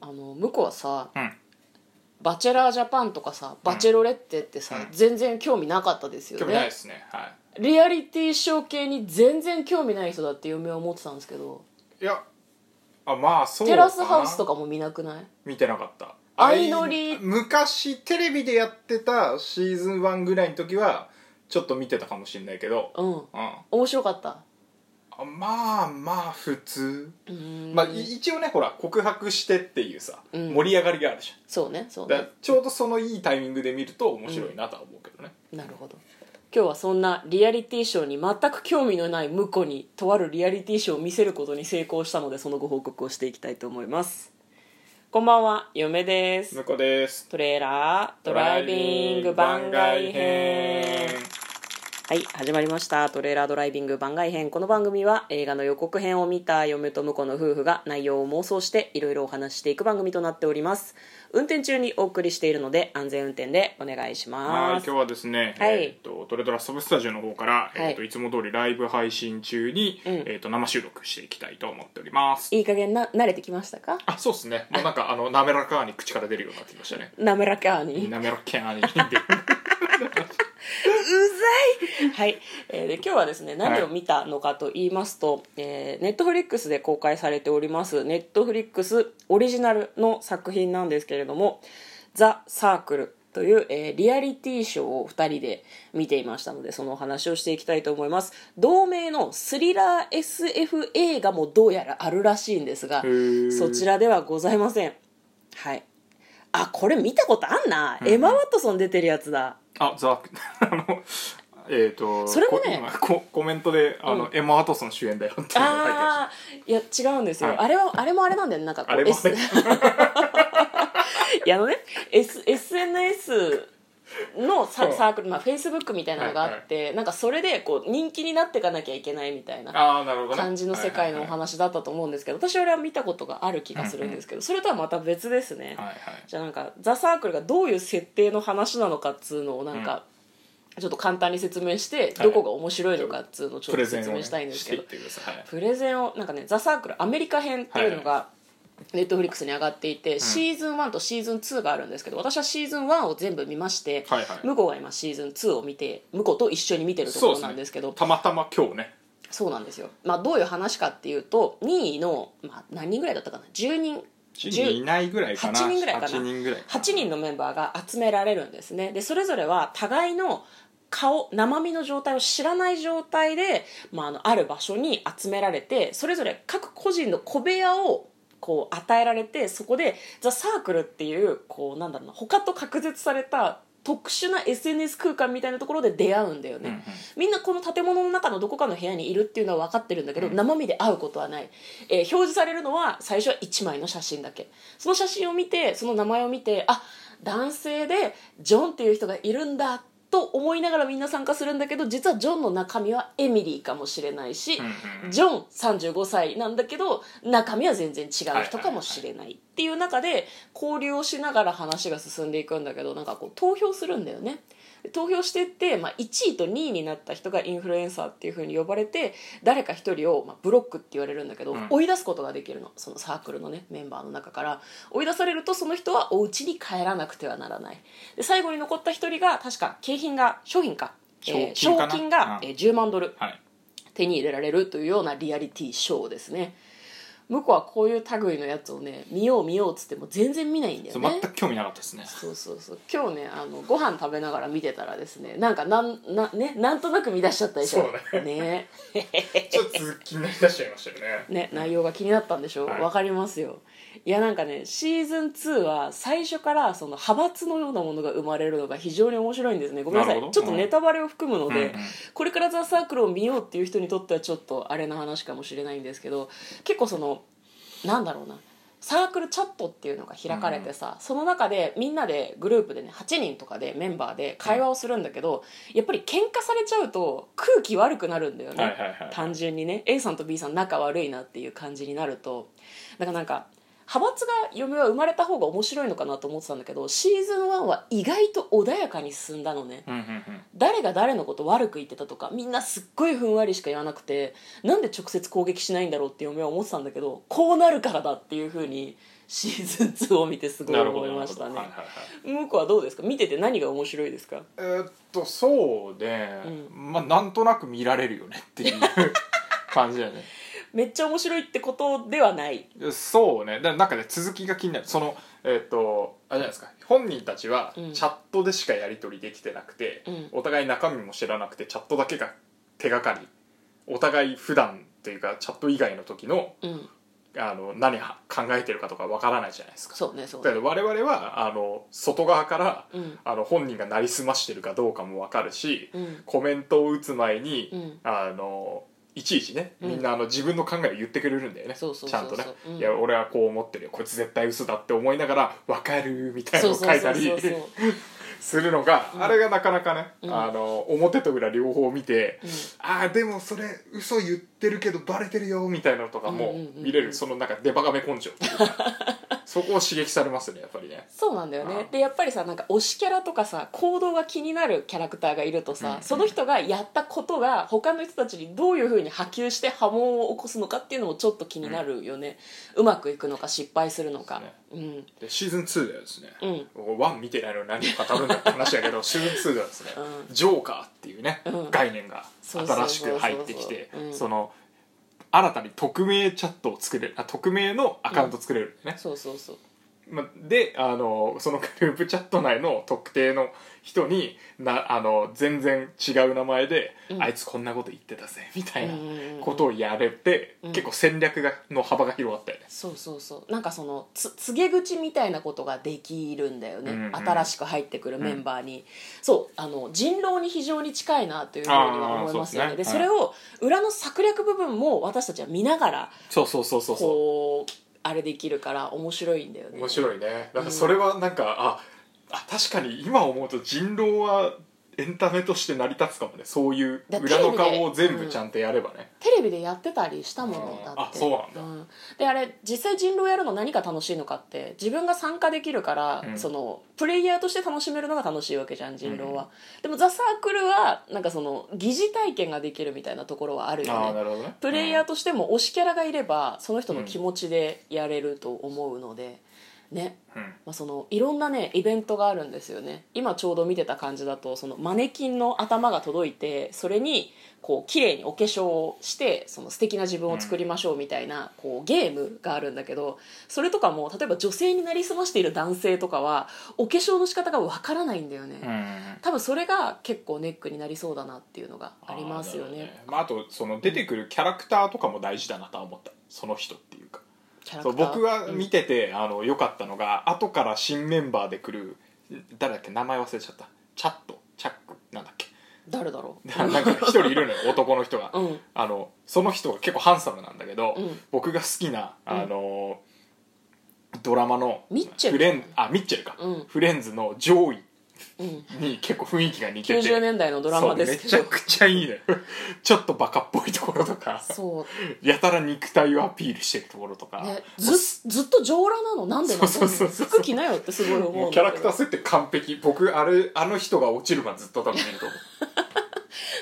あの向こうはさうん「バチェラージャパン」とかさ「バチェロレッテ」ってさ、うん全然興味なかったですよ興味ないねですねはリアリティショー系に全然興味ない人だって嫁は思ってたんですけどいいやあまあそうテラスハウスとかかも見なくない見てなかった相乗りあい昔テレビでやってたシーズン1ぐらいの時はちょっと見てたかもしれないけどうんうんあ面白かったまあまあ普通うーんまあ、い一応ねほら告白してっていうさ、うん盛り上がりがあるじそうねそゃうんねだからちょうどそのいいタイミングで見ると面白いなとは思うけどね、なるほど今日はそんなリアリティショーに全く興味のない向こうにとあるリアリティショーを見せることに成功したのでそのご報告をしていきたいと思いますこんばんは嫁です向こうですトレーラードライビング番外編はい始まりましたトレーラードライビング番外編この番組は映画の予告編を見た嫁と婿の夫婦が内容を妄想していろいろお話ししていく番組となっております運転中にお送りしているので安全運転でお願いしはいま今す日はですね、はいえー、とトレドラサブスタジオの方から、いえー、といつも通りライブ配信中に、うんえー、と生収録していきたいと思っておりますいい加減な慣れてきましたかあそうですねもうなんかあの滑らかに口から出るようになってきましたね滑らかに滑らか に出る はい、えーで今日はですね何を見たのかと言いますと、えネットフリックスで公開されておりますネットフリックスオリジナルの作品なんですけれども「ザ・サークル」という、えーリアリティショーを2人で見ていましたのでそのお話をしていきたいと思います同名のスリラー SF 映画もどうやらあるらしいんですがへーそちらではございませんはいあこれ見たことあんな、エマ・ワットソン出てるやつだあザ あのえっ、とそれもねこ今こコメントであの、エマ・ワトソン主演だよっていうのが書いてありましたああいや違うんですよ、はいあれはあれもあれなんだよねなんかこあうれもあ S れいやあのね、S、SNS のうサんサークル、まあ、Facebook みたいなのがあって、なんかそれでこう人気になっていかなきゃいけないみたいなああなるほどね感じの世界のおはい話だったと思うんですけど私はあれは見たことがある気がするんですけど、それとはまた別ですね、はいはいじゃあなんかザ・サークルがどういう設定の話なのかっつうのをなんか、ちょっと簡単に説明してはいどこが面白いのかっつうのをちょっプレとゼン説をね明したいんですけどしていってくださいはいプレゼンをなんかね「ザ・サークルアメリカ編」っていうのがネットフリックスに上がっていて、シーズン1とシーズン2があるんですけど私はシーズン1を全部見まして、はいはい向こうが今シーズン2を見て向こうと一緒に見てるところなんですけどたまたま今日ねそうなんですよ、まあ、どういう話かっていうと2位の、まあ、何人ぐらいだったかな10人8人いないぐらいかな8人ぐらいかな8人ぐらいかな8人のメンバーが集められるんですねでそれぞれは互いの顔生身の状態を知らない状態で、まあ、あのある場所に集められてそれぞれ各個人の小部屋をこう与えられてそこで「ザ・サークルっていうこうなんだろうな他と隔絶された特殊な SNS 空間みたいなところで出会うんだよね、うんうんみんなこの建物の中のどこかの部屋にいるっていうのは分かってるんだけど、生身で会うことはない、えー表示されるのは最初は1枚の写真だけその写真を見てその名前を見てあ男性でジョンっていう人がいるんだと思いながらみんな参加するんだけど実はジョンの中身はエミリーかもしれないし、うんうんジョン35歳なんだけど中身は全然違う人かもしれないっていう中で交流をしながら話が進んでいくんだけどなんかこう投票するんだよねで投票してって、まあ、1位と2位になった人がインフルエンサーっていう風に呼ばれて誰か1人を、まあ、ブロックって言われるんだけど、うん追い出すことができるのそのサークルのねメンバーの中から追い出されるとその人はお家に帰らなくてはならないで最後に残った1人が確か景品が商品かえー賞金かな賞金が、うんえー10万ドルはい手に入れられるというようなリアリティショーですね向こうはこういう類のやつをね見よう見ようっつっても全然見ないんだよそうね全く興味なかったですねそうそうそう今日ねあのご飯食べながら見てたらですねなんかなんな,、ね、なんとなく見出しちゃったでしょそうねちょっと続きになりだしちゃいましたよねね、内容が気になったんでしょわ、はいかりますよいやなんかねシーズン2は最初からその派閥のようなものが生まれるのが非常に面白いんですねごめんなさないるほどちょっとネタバレを含むので、うんうんこれから「ザ・サークルを見ようっていう人にとってはちょっとあれな話かもしれないんですけど結構そのなんだろうなサークルチャットっていうのが開かれてさ、その中でみんなでグループでね8人とかでメンバーで会話をするんだけど、やっぱり喧嘩されちゃうと空気悪くなるんだよね、はいはいはい単純にね A さんと B さん仲悪いなっていう感じになるとだからなんか派閥が嫁は生まれた方が面白いのかなと思ってたんだけどシーズン1は意外と穏やかに進んだのねうんうんうん誰が誰のこと悪く言ってたとかみんなすっごいふんわりしか言わなくてなんで直接攻撃しないんだろうって嫁は思ってたんだけどこうなるからだっていうふうにシーズン2を見てすごいなるほ思いどなまるしほたど、はいねはいはい向こうはどうですか見てて何が面白いですかえーっとそうで、うまあなんとなく見られるよねっていう感じだよねめっちゃ面白いってことではないそうねだなんかね続きが気になるそのえーっとあれじゃないですか本人たちはチうんャットでしかやり取りできてなくて、うんお互い中身も知らなくてチャットだけが手がかりお互い普段っていうかチャット以外の時のうんあの何は考えてるかとかわからないじゃないですかそうねそうだねけど我々はあの外側から、うんあの本人がなりすましてるかどうかもわかるし、うんコメントを打つ前に、うんあのいちいちねうんみんなあの自分の考えを言ってくれるんだよね、そうそうちそゃうんそとうね、うんいや俺はこう思ってるよこいつ絶対嘘だって思いながら「分かる」みたいなそのうをそ書ういそたうりそうそうするのが、うんあれがなかなかね、うんあの表と裏両方見て、うんああでもそれ嘘言ってるけどバレてるよみたいなのとかもうんうんうんうん見れる、そのなんかデバガメ根性っていうかそこを刺激されますねやっぱりねそうなんだようねんでやっぱりさなんか推しキャラとかさ行動が気になるキャラクターがいるとさ、うんその人がやったことが他の人たちにどういうふうに波及して波紋を起こすのかっていうのもちょっと気になるよね、うまくいくのか失敗するのかでシーズン2ではですね、うんワン見てないのに何を語るんだって話だけ どシーズン2ではですね、うジョーカーっていうね、うん概念が新しく入ってきそてうそうそうそううんその新たに匿名チャットを作れるあ匿名のアカウントを作れるんうんだよね、そうそうそうま、であのそのグループチャット内の特定の人になあの全然違う名前で、うんあいつこんなこと言ってたぜみたいなうんうんうんことをやれて、うん結構戦略がの幅が広がったよねそうそうそうなんかそのつ告げ口みたいなことができるんだよね、うんうん新しく入ってくるメンバーに、そうあの人狼に非常に近いなというふうには思いますよねあーそうでですそねれを裏の策略部分も私たちは見ながらそうそうそうそうそうこうあれできるから面白いんだよね面白いねなんかそれはなんか、ああ確かに今思うと人狼はエンタメとして成り立つかもねそういうだ裏の顔をテレビで全部ちゃんとやればね、テレビでやってたりしたものだってあーあそうなんだであれ実際人狼やるの何が楽しいのかって自分が参加できるから、うんそのプレイヤーとして楽しめるのが楽しいわけじゃん人狼は、でもザ・サークルはなんかその疑似体験ができるみたいなところはあるあよあねなるほどねプレイヤーと、としても推しキャラがいればその人の気持ちでやれると思うので、ねうんまあ、そのいろんなねイベントがあるんですよね今ちょうど見てた感じだとそのマネキンの頭が届いてそれにこう綺麗にお化粧をしてその素敵な自分を作りましょうみたいな、こうゲームがあるんだけどそれとかも例えば女性になりすましている男性とかはお化粧の仕方がわからないんだよね、うん多分それが結構ネックになりそうだなっていうのがありますよねあーなるほどまあ、あとその出てくるキャラクターとかも大事だなとは思ったその人っていうかキャラそうクター僕はうん見てて、あの良かったのが後から新メンバーで来る誰だっけ名前忘れちゃったチャットチャックなんだっけ 誰だろなんか一人いるのよ男の人がううんあのその人が結構ハンサムなんだけど、うん僕が好きなうんあの、ドラマのミッチェルフレンあミッチェルか、うんフレンズの上位 うんに結構雰囲気が似てて90年代のドラマですけそどうめちゃくちゃいいのよちょっとバカっぽいところとかそう やたら肉体をアピールしてるところとか、ね、ずずっと上裸なのなんでなのそうそうそうそう服着なよってすごい思うんだけもどうキャラクター設定完璧僕あれあの人が落ちるまでずっと多分見ると思う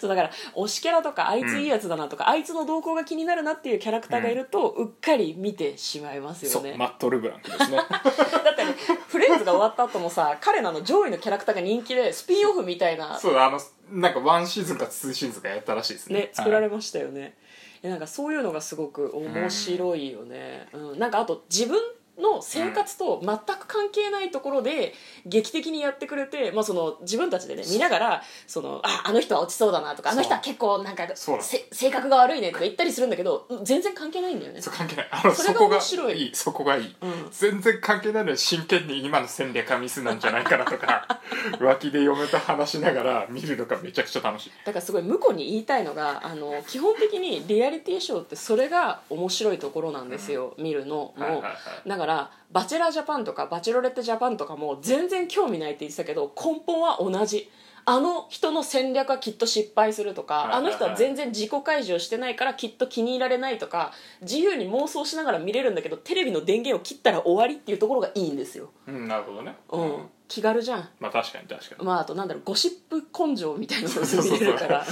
そうだから推しキャラとかあいついいやつだなとか、あいつの動向が気になるなっていうキャラクターがいると、うっかり見てしまいますそようねマット・ルブランクですねだってねフレンズが終わった後もさ彼らの上位のキャラクターが人気でスピンオフみたいな そうあのなんか1シーズンか2シーズンかやったらしいですねね作らはいれましたよね、いやなんかそういうのがすごく面白いよね、うんなんかあと自分の生活と全く関係ないところで劇的にやってくれて、まあ、その自分たちでね見ながらそのああの人は落ちそうだなとかあの人は結構なんかそうだせ性格が悪いねとか言ったりするんだけど全然関係ないんだよねそう関係ないあのそそれがこが面白いいいそこがいい、うん全然関係ないのに真剣に今の戦略はミスなんじゃないかなと か脇で嫁と話しながら見るのがめちゃくちゃ楽しいだからすごい向こうに言いたいのがあの基本的にリアリティショーってそれが面白いところなんですよ、見るのも、はいはいはなんから「バチェラージャパン」とか「バチェロレッテジャパン」とかも全然興味ないって言ってたけど根本は同じあの人の戦略はきっと失敗するとはいかはあいはのい人は全然自己開示をしてないからきっと気に入られないとか自由に妄想しながら見れるんだけどテレビの電源を切ったら終わりっていうところがいいんですよ、うんなるほどねうん気軽じゃんまあ確かに確かにまああとなんだろうゴシップ根性みたいなのが見れるから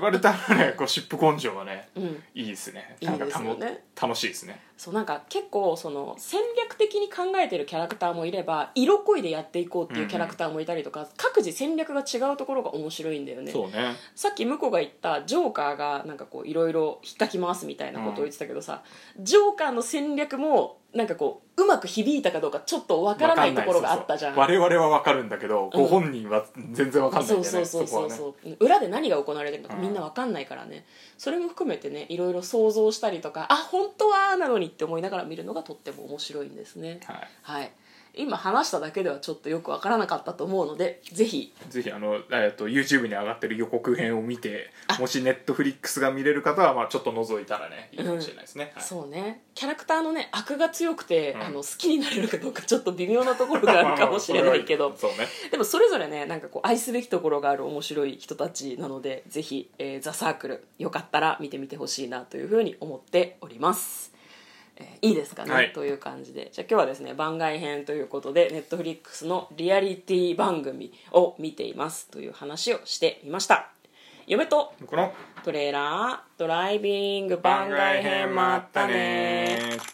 割とあのねゴシップ根性はねうんいいですねいいですよねなんかたの楽しいですねそうなんか結構その戦略的に考えてるキャラクターもいれば色恋でやっていこうっていうキャラクターもいたりとか、各自戦略が違うところが面白いんだよねそうねさっき向こうが言ったジョーカーがなんかこういろいろ引っかき回すみたいなことを言ってたけどさ、ジョーカーの戦略もなんかこううまく響いたかどうかちょっとわからないところがあったじゃんわかないそうそう我々はわかるんだけど、うんご本人は全然わかんないそんうだよそうねそうこそはうそねう、裏で何が行われてるのかうんみんなわかんないからね、それも含めてねいろいろ想像したりとかあ本当はああなのにって思いながら見るのがとっても面白いんですねはいはい今話しただけではちょっとよくわからなかったと思うのでぜひぜひあの、えっと YouTube に上がってる予告編を見てあもし Netflix が見れる方は、まあ、ちょっと覗いたらねいいかもしれないですね、はいそうねキャラクターのね悪が強くて、うんあの好きになれるかどうかちょっと微妙なところがあるかもしれないけどそうね でもそれぞれねなんかこう愛すべきところがある面白い人たちなのでぜひ、えーザ・サークルよかったら見てみてほしいなというふうに思っております、えーいいですかね、はいという感じでじゃあ今日はですね番外編ということで Netflix のリアリティ番組を見ていますという話をしてみました嫁とこのトレーラードライビング番番外外編編もあまっったたねね